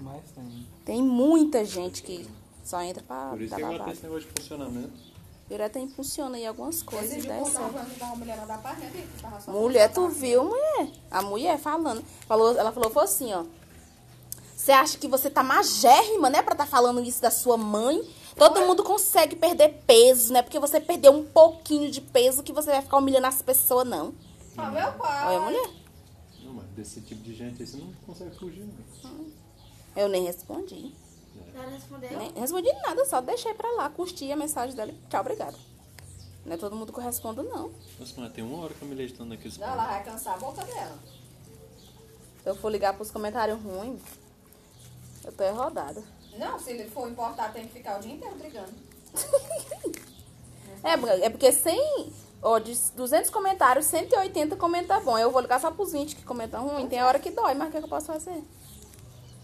Mas tem. Tem muita gente que só entra pra Por isso dar que é agora tem babado. esse negócio de funcionamento. Virou tem funciona aí algumas coisas, Esse dá dia eu certo. tava que tava mulherão da paz, né, Bico? Tava só- Mulher, tu viu, mulher? A mulher falando. Falou, ela falou, foi assim, ó. Você acha que você tá magérrima, né? Pra tá falando isso da sua mãe. Todo mundo consegue perder peso, né? Porque você perdeu um pouquinho de peso que você vai ficar humilhando as pessoas, não. Ah, meu pai. Olha, mulher. Não, mas desse tipo de gente aí você não consegue fugir, né? não. Eu nem respondi. Ela respondeu. Nem respondi nada, só deixei pra lá, curti a mensagem dela e tchau, obrigada. Não é todo mundo que eu respondo, não. Nossa, mas tem uma hora que eu me leitando aqui os Não, ela vai cansar a boca dela. Se eu for ligar pros comentários ruins, eu tô é rodada. Não, se ele for importar, tem que ficar o dia inteiro brigando. É, porque- é porque 100, ó, de 200 comentários, 180 comenta bom. Eu vou ligar só pros 20 que comentam ruim. Tem hora que dói, mas o que, é que eu posso fazer?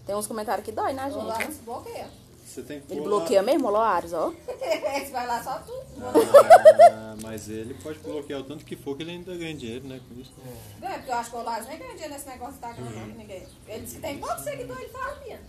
Tem uns comentários que dói na Ou lá gente. não se bloqueia. Você tem que Ele pular- bloqueia mesmo, o Loares, ó. Esse vai lá só tu. Ah, mas ele pode bloquear o tanto que for que ele ainda ganha dinheiro, né? Com isso. Ganha, é porque eu acho que o Lázaro nem ganha dinheiro nesse negócio de Instagram, não, que ninguém. Ele disse que tem poucos seguidores, ele fala, minha.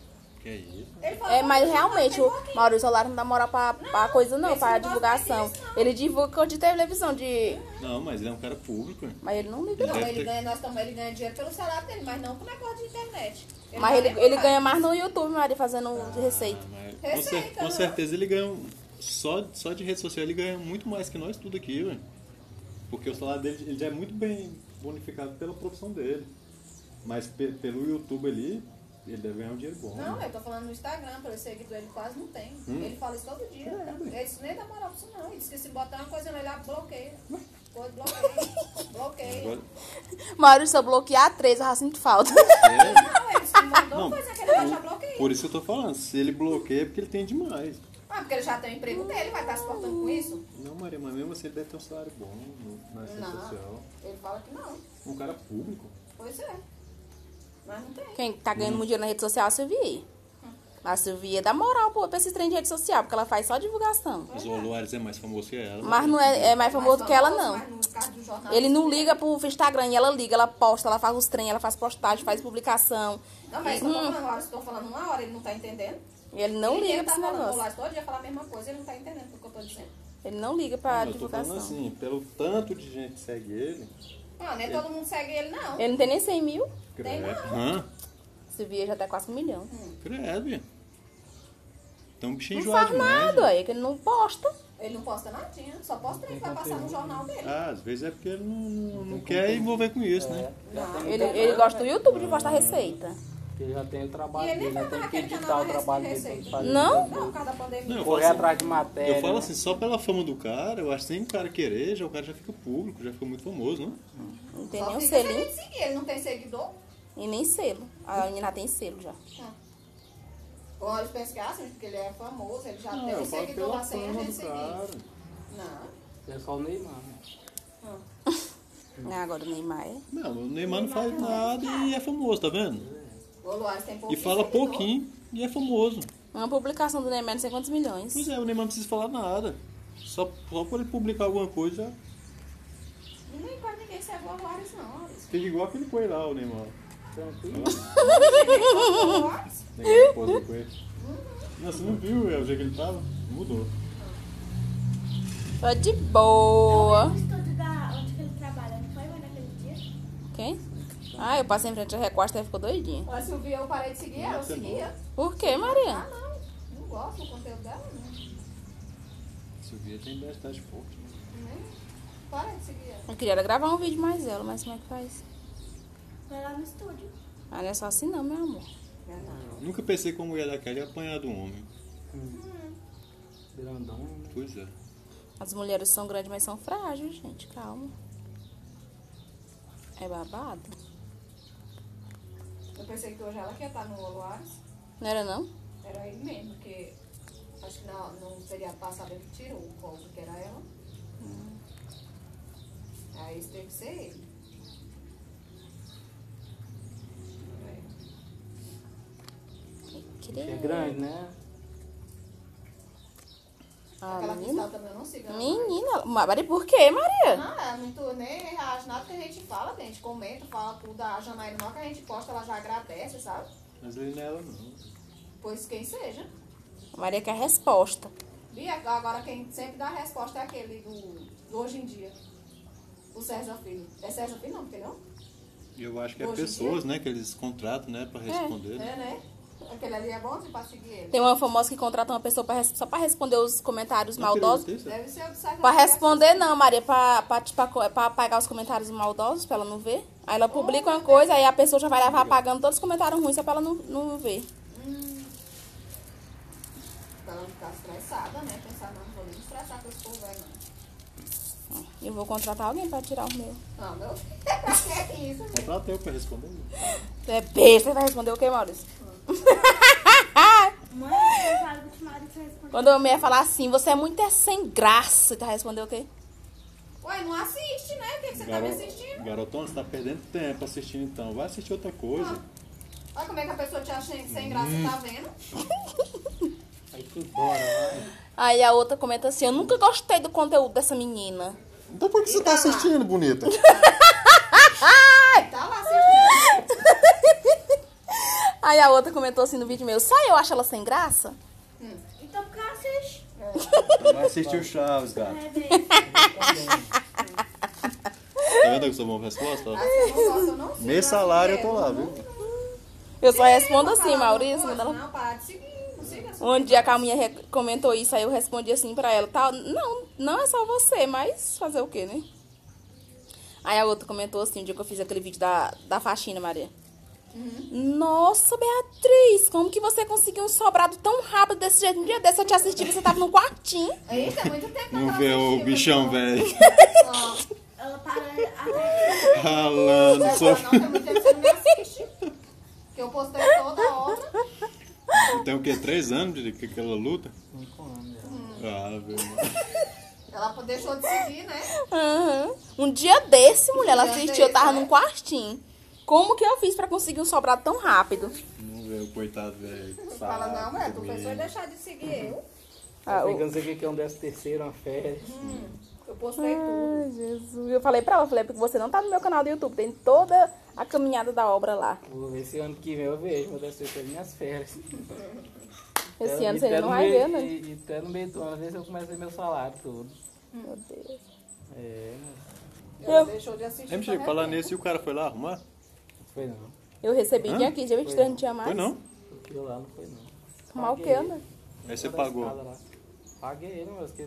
Que é isso? Ele fala, É, mas pouquinho, realmente, tem o pouquinho. Maurício Solar não dá moral pra, pra coisa, não, é esse pra não gosta divulgação. disso, não. Ele divulga coisa de televisão, de. Não, mas ele é um cara público. né? Mas ele não liga, Não, não. Deve ele ter- ganha, nós tamo, ele ganha dinheiro pelo salário dele, mas não por negócio de internet. Mas vai ele, ele divulgar. ganha mais no YouTube, Maria, fazendo um de receita. Mas com, Receita, cer- com né? certeza ele ganha. um- Só, só de rede social ele ganha muito mais que nós tudo aqui, velho. Porque o salário dele ele já é muito bem bonificado pela profissão dele. Mas pe- pelo YouTube ali, ele deve ganhar um dinheiro bom. Não, né? eu tô falando no Instagram, pelo seguidor ele quase não tem. Hum. Ele fala isso todo dia. É, mas- Ele disse nem dá moral pra isso não. Ele disse que se botar uma coisa nele, ele bloqueia. Coisa, bloqueia. bloqueia. Agora, Maurício, se eu bloquear três, eu já sinto falta. é, Não, ele disse que mandou Não, coisa que ele vai já bloqueia. por isso eu tô falando, se ele bloqueia é porque ele tem demais. Ah, porque ele já tem o emprego dele, vai estar se portando com isso? Não, Maria, mas mesmo assim ele deve ter um salário bom no- na rede Não. social. Ele fala que não. Um cara público. Pois é. Mas não tem. Quem tá Hum. ganhando muito dinheiro na rede social é a Silvia. A Silvia dá moral pô, pra esses trem de rede social, porque ela faz só divulgação. Mas o Luares é mais famoso que ela. Mas não é, é mais famoso Mas que ela, famoso, não. mas no caso do jornal, Ele não liga pro Instagram e ela liga, ela posta, ela faz os trem, ela faz postagem, faz publicação. Não, mas eu Hum. tô falando agora, estou falando uma hora, ele não tá entendendo. E ele não Ninguém liga pra tá esse falando, O negócio. Lázaro todo dia fala a mesma coisa, ele não tá entendendo o que eu tô dizendo. Ele não liga pra eu tô falando é divulgação. assim, pelo tanto de gente que segue ele. Não, É. nem todo mundo segue ele, não. Ele não tem nem 100 mil. Tem credo. não. Hã? Silvia já tá quase um milhão. Credo. Então o bichinho Não Hum. enjoado faz demais, nada, né? aí que ele não posta. Ele não posta nadinha, só posta ele que vai passar no jornal dele. Ah, às vezes é porque ele não, não, não quer envolver com isso, É. né? Ele, ele gosta do YouTube de postar receita. Ele É. já tem o E trabalho ele dele, vai já tem parar que aquele editar canal o da trabalho dele. Receita. tem que fazer Não? tudo. Não, por causa da pandemia. Não, eu Correr falo atrás de assim, matéria. eu falo né? assim, só pela fama do cara, eu acho que sem o cara querer, já o cara já fica público, já fica muito famoso, né? Não tem Só nem um fica se ele selinho seguir, ele não tem seguidor. Ah. e nem selo. A menina tem selo já. Ou eles pensam que ah, sim, porque ele é famoso, ele já Não, tem um eu falo seguidor pela lá sem a fama gente do cara. seguir. Não. É só o Neymar. né? Ah, Agora o Neymar é. Não, o Neymar não faz nada e é famoso, tá vendo? O Luares tem E pouquinho fala seguidor. pouquinho e é famoso. Uma publicação do Neymar, não sei quantos milhões. Pois é, o Neymar não precisa falar nada. Só, só por ele publicar alguma coisa, Nem quase ninguém segue o Luares, não. Luares. fica igual aquele coelho lá, o Neymar. Tranquilo. O Luares? Neymar posou com ele. Não, você não viu é, o jeito que ele tava? Mudou. Tá de boa. Onde da onde que ele trabalha, não foi mais naquele dia? Quem? Ah, eu passei em frente à Recosta e ficou doidinha. Mas se eu vi, eu parei de seguir ela, eu seguia. Por quê, Ah, Maria? não. Não gosto do conteúdo dela, não. Silvia tem 10 de forte. Nem... Para de seguir ela. Eu queria era gravar um vídeo mais ela, mas como é que faz? Foi lá no estúdio. Ah, não é só assim não, meu amor. Nunca pensei que uma mulher daquela ia apanhar do homem. Grandão, né? Pois é. As mulheres são grandes, mas são frágeis, gente. Calma. É babado. Eu pensei que hoje ela que ia estar no Luares. Não era não? Era ele mesmo, porque acho que na, não seria passado ele tirou o copo que era ela. Hum. Aí isso teve que ser ele. É. É Queria. grande, né? Ah, Aquela menina. cristal também eu não sigo. ela. Menina. Maria, por quê, Maria? Não, ela não tô nem reage nada que a gente fala, que a gente comenta, fala tudo. A Janaína, não que a gente posta, ela já agradece, sabe? Mas ele não é ela não. Pois quem seja. A Maria quer resposta. Bia, agora quem sempre dá a resposta é aquele do, do hoje em dia. O César Filho. É César Filho não, porque não? E eu acho que é Hoje em pessoas, né, que eles contratam, né, pra responder. É, né? Aquele ali é bom de pra seguir ele. Tem uma famosa que contrata uma pessoa pra, res- só pra responder os comentários Não, querido, maldosos. tem, certo? Deve ser o do César Pra Filho. responder, não, Maria. Pra, pra, tipo, aco- pra apagar os comentários maldosos, pra ela não ver. Aí ela publica uma coisa, aí a pessoa já vai lá vai apagando todos os comentários ruins, só pra ela não, não ver. Pra ela não Então, ficar estressada, né? Pensar, não, não vou me estressar com esse povo aí, não. Eu vou contratar alguém pra tirar o meu. Não, meu filho, que é isso? gente? Contrata eu pra responder. Tu é besta, vai responder o que, Maurício? Mãe, eu falo que o marido você respondeu. Quando eu me ia falar assim, você é muito é sem graça, tu vai responder o quê? Ué, não assiste, né? O que, que você tá Garo... me assistindo? Garotão, você tá perdendo tempo assistindo então. Vai assistir outra coisa. Olha como é que a pessoa te acha sem graça, tá vendo? Aí que embora, né? vai. Aí a outra comenta assim, eu nunca gostei do conteúdo dessa menina. Então por que você tá assistindo, bonita? Tá lá assistindo. Aí a outra comentou assim no vídeo meu, só eu acho ela sem graça? Então, por que ela assiste? Vai assistir o Chaves, gato. É, velho. Tá vendo que eu sou boa resposta? Ah, se eu não gosto, eu não sigo, Meu eu sigo salário eu ele. tô lá, viu? tá Eu só respondo Não assim, fala Maurício. Quando outra coisa, ela... Não, parar de seguir, não siga assim. Um dia a Calminha re- comentou isso, aí eu respondi assim pra ela, tá? Não, não é só você, mas fazer o quê, né? Aí a outra comentou assim, o dia que eu fiz aquele vídeo da, da faxina, Maria. Uhum. Nossa, Beatriz, como que você conseguiu um sobrado tão rápido desse jeito? Um dia desse eu te assisti, você tava no quartinho. Eita, é muito tempo que Não eu né? vê assisti, o mas bichão, não. velho. Não, Ela para até Ralando, não, tá sofrendo. não, tem muito tempo que você não me assiste. Que eu postei toda hora. Tem o quê? Três anos de que aquela luta? Cinco anos já. Hum. Ah, velho. Ela deixou de seguir, né? Aham. Um dia desse, mulher, ela dia assistiu, eu desse, tava né? num quartinho. Como que eu fiz pra conseguir um sobrado tão rápido? Não vê o coitado, velho. Fala, não, é, tu Saco, pensou em velho. deixar de seguir eu. Ah, Tá o- ficando sei o que é um décimo terceiro, uma férias. Eu postei tudo. Ai, Jesus. Eu falei pra ela, eu falei, porque você não tá no meu canal do YouTube, tem toda a caminhada da obra lá. Vou ver se ano que vem eu vejo, meu décimo terceiro minhas férias. Esse Até- ano você até ainda não um no vai meio- ver, né? E, e até no meio do ano, às vezes eu começo a ver meu salário tudo. Meu Deus. É, mas Ela Eu- deixou de assistir. Ei, Chico, pra falar rever. nisso e o cara foi lá arrumar? não foi não. Eu recebi Hã? dia 15, dia 23, não tinha mais. Foi não? Aquilo lá não foi não. Mal que anda. Aí você Toda pagou. escada lá. Paguei ele, mas que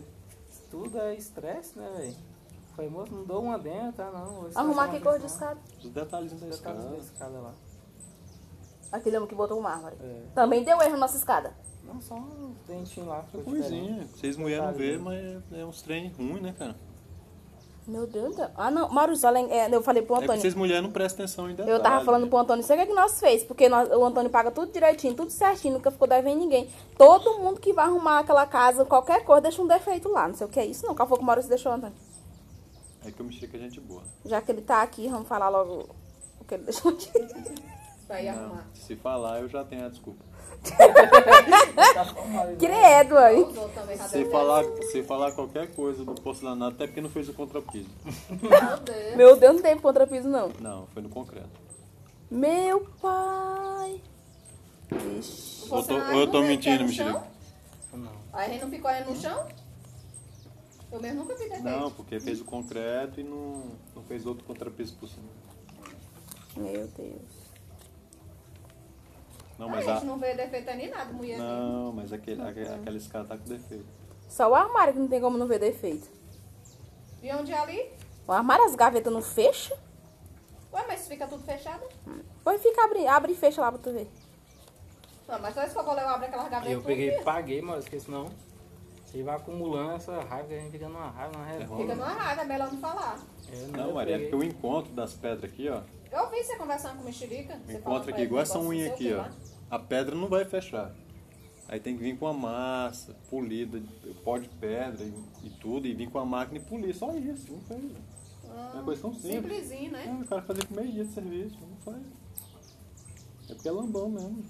tudo é estresse, né, velho? Falei, moço, não dou uma dentro, tá não. Vou Arrumar que cor de escada? escada. Os detalhes da Os caras da escada. escada lá. Aquele homem que botou o mármore. É. Também deu erro na nossa escada. Não, só um dentinho lá. Ficou diferente. Coisinha. é. Vocês mulheres não vê, Detalhezinho. mas é uns trem ruim, né, cara? Meu Deus do céu. Ah, não. Maurício, além- é, eu falei pro É que Antônio. vocês mulheres não prestam atenção em detalhes. Eu tava falando pro Antônio, sei o que, é que nós fez, porque nós- o Antônio paga tudo direitinho, tudo certinho, nunca ficou devendo ninguém. Todo mundo que vai arrumar aquela casa, qualquer coisa, deixa um defeito lá. Não sei o que é isso, não. Qual foi que o Maurício deixou, Antônio? É que eu mexi com a gente boa. Já que ele tá aqui, vamos falar logo o que ele deixou aqui. Pra ir arrumar. Se falar, eu já tenho a desculpa. Tá Credo, aí. Os outros também já Se devem- falar, se falar qualquer coisa do porcelanato, até porque não fez o contrapiso. Meu Deus. Meu Deus, não tem contrapiso, não. Não, foi no concreto. Meu pai. Vixe. Ou eu tô- Você não ou eu tô arruma, mentindo, quer no Mexerica? chão? Não. Aí a gente não ficou olhando no chão? Eu mesmo nunca vi defeito. Não, porque fez o concreto e não, não fez outro contrapiso por cima. Meu Deus. Não, Ah, a mas gente a. não vê defeito em nada, mulher. Não, mas aquele, aque- aquela escada tá com defeito. Só o armário que não tem como não ver defeito. E onde é ali? O armário, as gavetas não fecham? Ué, mas fica tudo fechado? Pois fica, abre, abre e fecha lá pra tu ver. Não, mas só escovou, eu abro aquelas gavetas. Eu tudo, peguei e filho. paguei, mas porque senão você vai acumulando essa raiva, que a gente fica numa raiva, numa Fica revolta. numa raiva, é melhor não falar. É, Não, eu Maria, é peguei. porque o encontro das pedras aqui, ó. Eu ouvi você conversando com o mexerica. você falando Encontra pra aqui, ele igual um essa negócio, unha não sei aqui, o ó. que lá. A pedra não vai fechar. Aí tem que vir com a massa polida, de- pó de pedra e, e tudo, e vir com a máquina e polir. Só isso, não faz. É uma coisa tão simples. Simplesinho, né? É, o cara fazia com meio dia de serviço, não faz. É porque é lambão mesmo.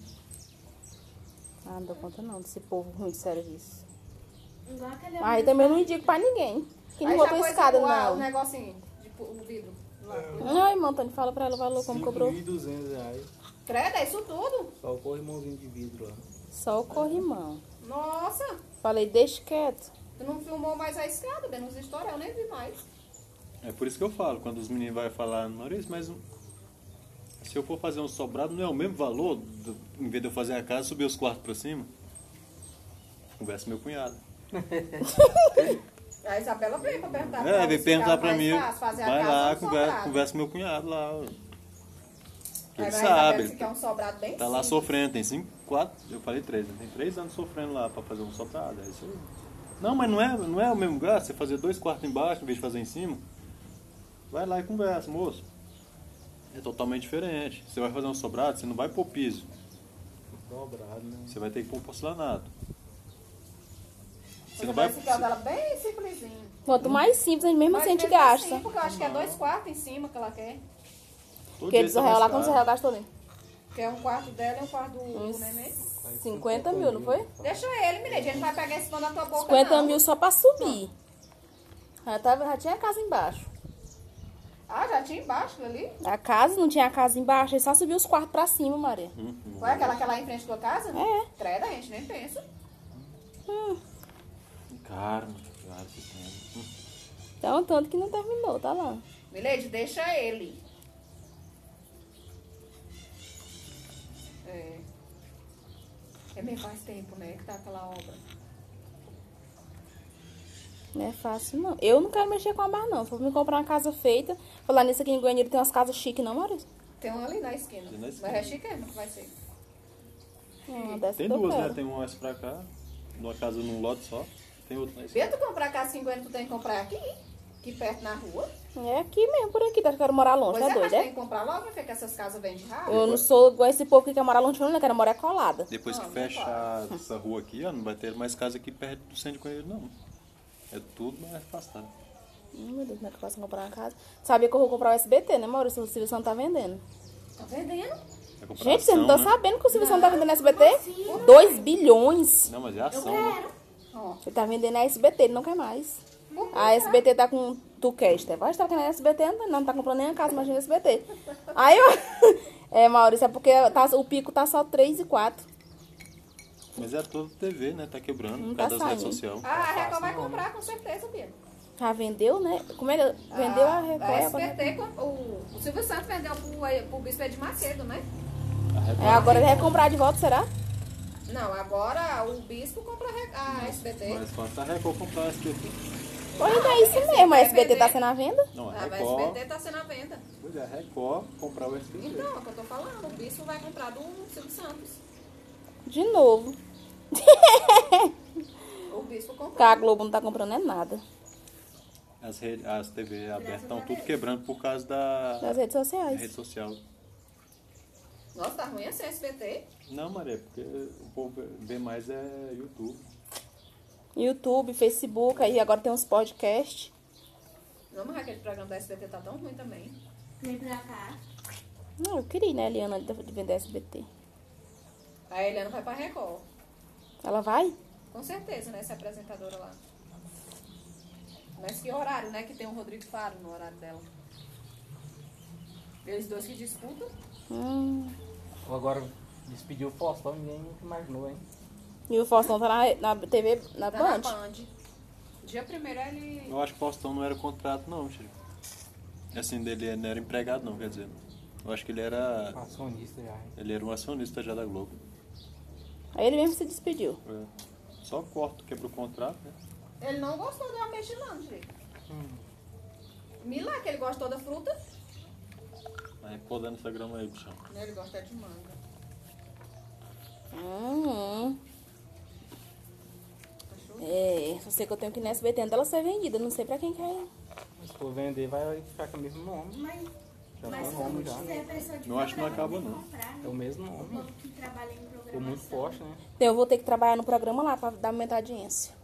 Ah, não dou conta não desse povo ruim de serviço. Igual aquele homem. Aí também Ah, eu não indico pra ninguém. Que não Aí já botou coisa escada, com a- não. O negocinho um de pu- o vidro. lá. É. Ai, irmão, Antônio, fala pra ela o valor como cobrou. 5.200 reais. Credo, é isso tudo? Só o corrimãozinho de vidro lá. Só o corrimão. Nossa, Falei, deixa quieto. tu não filmou mais a escada, bem, nos história, eu nem vi mais. É por isso que eu falo, quando os meninos vão falar, Maurício, mas um- se eu for fazer um sobrado, não é o mesmo valor, do- em vez de eu fazer a casa, subir os quartos pra cima? Conversa com meu cunhado. A Isabela veio pra perguntar. pra é, ela vem se perguntar ficava pra mais mim, fácil fazer a vai casa lá, no conversa, sobrado. conversa com meu cunhado lá. ó. Aí Ele vai a Isabela sabe, disse que é um sobrado bem Tá lá simples. sofrendo, tem cinco, quatro, eu falei três, né? Tem três anos sofrendo lá pra fazer um sobrado, é isso aí. Não, mas não é, não é o mesmo gasto, você fazer dois quartos embaixo em vez de fazer em cima. Vai lá e conversa, moço. É totalmente diferente. Você vai fazer um sobrado, você não vai pôr piso, Dobrado, né? você vai ter que pôr porcelanato. Você não Mas vai. esse papel dela bem simplesinho. Quanto mais simples, mesmo Mas assim a gente mesmo assim, gasta. porque eu acho que é dois quartos em cima que ela quer. todo Porque dia eles tá real lá, mais quantos caro. real gastou ali? Que é um quarto dela e um quarto do, do Uns neném. 50 mil, não foi? Deixa ele, menina, ele não vai pegar esse pão da tua boca, 50 não. mil só pra subir. Já, tava, já tinha a casa embaixo. Ah, já tinha embaixo ali? A casa não tinha a casa embaixo, ele só subiu os quartos pra cima, Maria. Uhum. Foi aquela que é lá em frente da tua casa? É. Credo, a gente nem pensa. Caro, muito caro que tem. Hum. Então, tanto que não terminou, tá lá. Milady, deixa ele. É. É meio faz tempo, né, que tá aquela obra. Não é fácil, não. Eu não quero mexer com a barra, não. Se for me comprar uma casa feita, falar nisso aqui em Goiânia, ele tem umas casas chiques, não, Maurício? Tem uma ali na esquina. Tem na esquina. Mas é chiquérrimo que vai ser. Não, dessa Tem que eu duas, né? quero. Tem uma mais pra cá, numa casa num lote só. Tem outra mais. Vê tu comprar cá 50, tu tem que comprar aqui, que perto na rua. É aqui mesmo, por aqui, tá? Eu quero morar longe, Pois tá é, mas doido, tem é? que comprar logo, porque essas casas vendem raro. Eu não sou igual esse povo que quer morar longe, não, eu quero morar colada. Depois Não, que não fechar essa rua aqui, ó, não vai ter mais casa aqui perto do centro de Coelho, não. É tudo mais afastado. Ai, Meu Deus, como é que eu faço pra comprar uma casa? Sabia que eu vou comprar o SBT, né, Maurício? O Silvio Santos tá vendendo. Tá vendendo? É comprar Gente, vocês não ação, estão né? sabendo que o Silvio Santos tá vendendo assim? SBT? 2 bilhões. Não, mas é ação. né? Ó. Ele tá vendendo a SBT, ele não quer mais. Por quê? A SBT tá com tu quer, Estevão? Estava querendo a SBT, não, não tá comprando nem a casa, imagina a SBT. Aí eu. É, Maurício, é porque tá- o pico tá só 3 e 4. Mas é toda TV, né? Tá quebrando Não por tá causa das redes saindo. sociais. Ah, a Record vai comprar, com certeza, Bia. Já vendeu, né? Como é que- Vendeu a Ah, A Record. agora- SBT, com- o, o Silvio Santos vendeu pro, pro Bispo de Macedo, né? A Record- É, agora ele vai comprar de volta, será? Não, agora o Bispo compra a Re- a SBT. Mas quando tá a Record comprar as que Pois então é isso mesmo, a vai SBT tá vender. sendo à venda? Não, a Ah, mas Record. SBT tá sendo à venda. Pois é, a Record comprar o SBT. Então, é o que eu tô falando. O Bispo vai comprar do Silvio Santos. De novo. O Bispo comprou. Porque a Globo não tá comprando é nada. As, redes, as TV abertas estão tá tudo quebrando por causa da Das redes rede sociais. social. Nossa, tá ruim assim, SBT. Não, Maria, porque o povo vê mais é YouTube. YouTube, Facebook, aí agora tem uns podcasts. Não, mas aquele programa da SBT tá tão ruim também. Vem pra cá. Não, eu queria, né, Eliana, de de vender SBT. A Eliana vai pra Record. Ela vai? Com certeza, né? Essa apresentadora lá. Mas que horário, né? Que tem o Rodrigo Faro no horário dela. Eles dois que disputam. Hum. Agora despediu o Faustão, ninguém nunca imaginou, hein? E o Faustão tá na, na TV, na Tá Band. na Band. Dia primeiro ele. Eu acho que o Faustão não era contrato, não, Chico. Assim, dele não era empregado, não, quer dizer. Eu acho que ele era. Acionista já, hein? Ele era um acionista já da Globo. Aí ele mesmo se despediu. É. Só corta, quebra o contrato, né? Ele não gostou do ameixa, não, direito. Hum. Milá, que ele gostou da fruta. Aí podando essa grama aí, bichão. Né? Ele gosta de manga. Hum. Achou? É, só sei que eu tenho que ir na SBT antes dela ser vendida. Não sei pra quem que é. Mas se for vender, vai ficar com o mesmo nome. Mas, Tá Já mas tem nome como já, dizer, né? a pessoa de Não acho que não programa acaba, tem não. que comprar, né? É o mesmo O nome. povo que trabalha em Ficou muito programação. forte, né? Então eu vou ter que trabalhar no programa lá pra dar aumentar a audiência.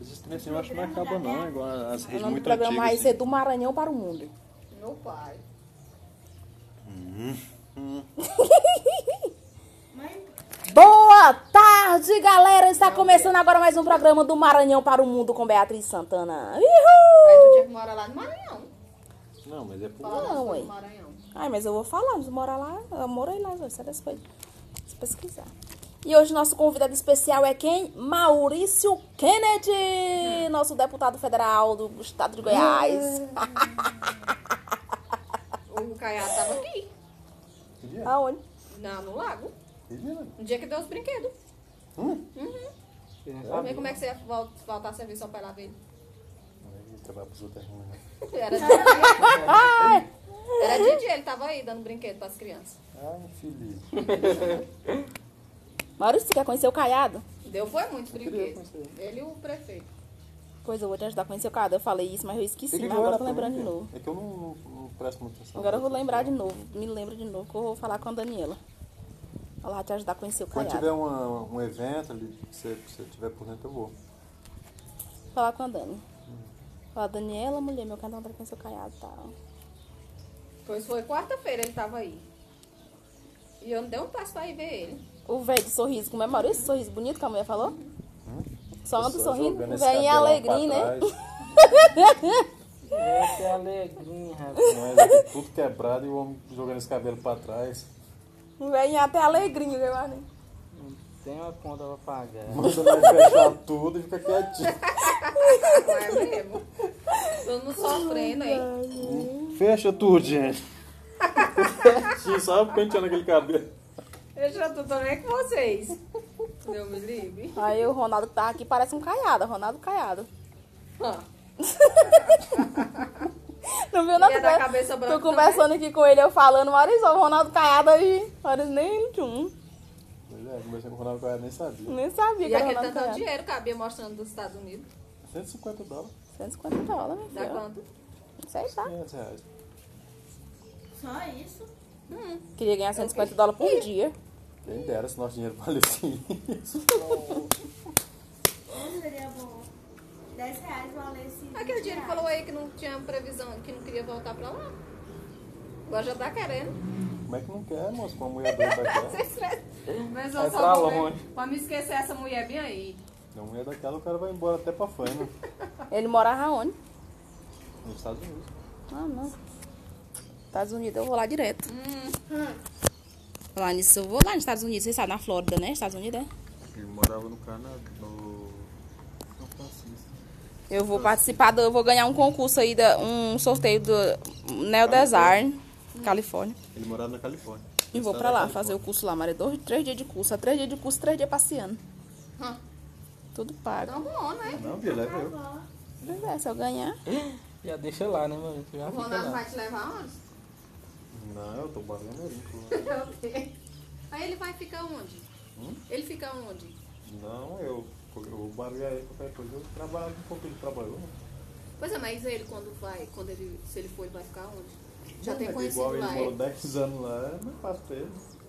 Esses trem assim, eu acho que não acaba, não. É igual O as redes nome do muito tá programa vai antigas. ser Assim. Do Maranhão para o Mundo. Meu pai. Hum. Mãe, Boa tarde, galera! Está começando agora mais um programa do Maranhão para o Mundo com Beatriz Santana. Uhul! Aí tu tinha que morar lá no Maranhão. Não, mas é por. Fala Não, não, ué. do Maranhão. Ai, mas eu vou falar, mas morar lá, eu morei lá, sabe das coisas. Se pesquisar. E hoje nosso convidado especial é quem? Maurício Kennedy, Hum. nosso deputado federal do estado de Goiás. O Caiado tava aqui, Que dia? Aonde? na, no lago. Que dia, né? No dia que deu os brinquedos. Hum? Eu nem Pra ver sabia. como é que você ia vol- voltar a serviço ao pé lá dele. Aí, trabalho pros outros é ruim, né? Era de dia. Era de dia, ele tava aí dando brinquedo pras crianças. Ai, filho. Maurício, você quer conhecer o Caiado? Deu foi muito queria brinquedo. Ele e o prefeito. Pois eu vou te ajudar a conhecer o Caiado. Eu falei isso, mas eu esqueci, Ele mas ganhou agora na eu tô lembrando de primeira. novo. É que eu não, não, não presto muita atenção. Agora eu vou lembrar de novo, me lembro de novo, que eu vou falar com a Daniela. Ela vai te ajudar a conhecer o Quando tiver Caiado. uma- um evento ali, se você tiver por dentro, eu vou. um- Falar com a Dani. Falar, Daniela, mulher, meu canal pra conhecer o Caiado e tal. Pois foi quarta-feira ele tava aí. E eu não dei um passo pra ir ver ele. O velho do sorriso, como é Maurício? Sorriso bonito que a mulher falou? Só anda Só sorrindo, jogando Hum? esse velho e cabelão alegrinho, pra né? trás. É que alegrinha, rapaz. Mas aqui tudo quebrado e o homem jogando esse cabelo pra trás. Um velhinho até alegrinho, viu, Marlene? Não tem uma conta pra pagar. Manda nós fechar tudo e fica quietinho. Vai é mesmo. Todo mundo sofrendo aí. Fecha tudo, gente. Quietinho, só penteando aquele cabelo. Eu já tô também com vocês. Deus me livre. Aí o Ronaldo que tá aqui parece um caiado, Ronaldo caiado. Ah, Não viu nada? E é da Tô- cabeça branca Tô conversando aqui com ele, eu falando, Maurício, o Ronaldo caiado aí. Maurício nem tchum, Pois é, conversei com o Ronaldo Correia, nem sabia. nem sabia e que era aquele Ronaldo tantão caiado. dinheiro que a Bia mostrando dos Estados Unidos. 150 dólares, 150 dólares, meu Dá filho. quanto? Não sei, tá? 500 reais. Só isso? Queria ganhar 150 dólares por dia. Quem dera se nosso dinheiro valesse isso. Ou seria bom? 10 reais valer esse. Aquele dia ele falou aí que não tinha previsão, que não queria voltar pra lá. Agora já tá querendo. Como é que não quer, moço? Com a mulher doida daquela. Mas Vai pra eu né? só vou ver. longe. Pra me esquecer essa mulher bem aí. Da mulher daquela, o cara vai embora até pra fama. Ele morava onde? Nos Estados Unidos. Ah, não. Estados Unidos, eu vou lá direto. Lá nisso, eu vou lá nos Estados Unidos, vocês sabem, na Flórida, né? Estados Unidos, é? Ele morava no Canadá, no São Francisco. Eu vou participar, do, eu vou ganhar um concurso aí, da, um sorteio do Neo Design, Califórnia. Ele morava na Califórnia. E vou pra lá fazer o curso lá, Maria. Dois, três dias de curso. É Três dias de curso, três dias passeando. Hã. Tudo pago. Tão bom, né? É. Não, Bia, leva eu. Pois é, se eu ganhar. Já deixa lá, né, mano? Já O fica Ronaldo lá. vai te levar onde? Não, eu tô morando ali. pô. Aí ele vai ficar onde? Hum? Ele fica onde? Não, eu. Eu barulhei qualquer coisa. Eu trabalho um pouco, ele trabalhou. né? Pois é, mas ele quando vai, quando ele, se ele for, ele vai ficar onde? Já Não, tem mas conhecido É Igual ele lá, morou é? 10 anos lá, é mais fácil pra ele.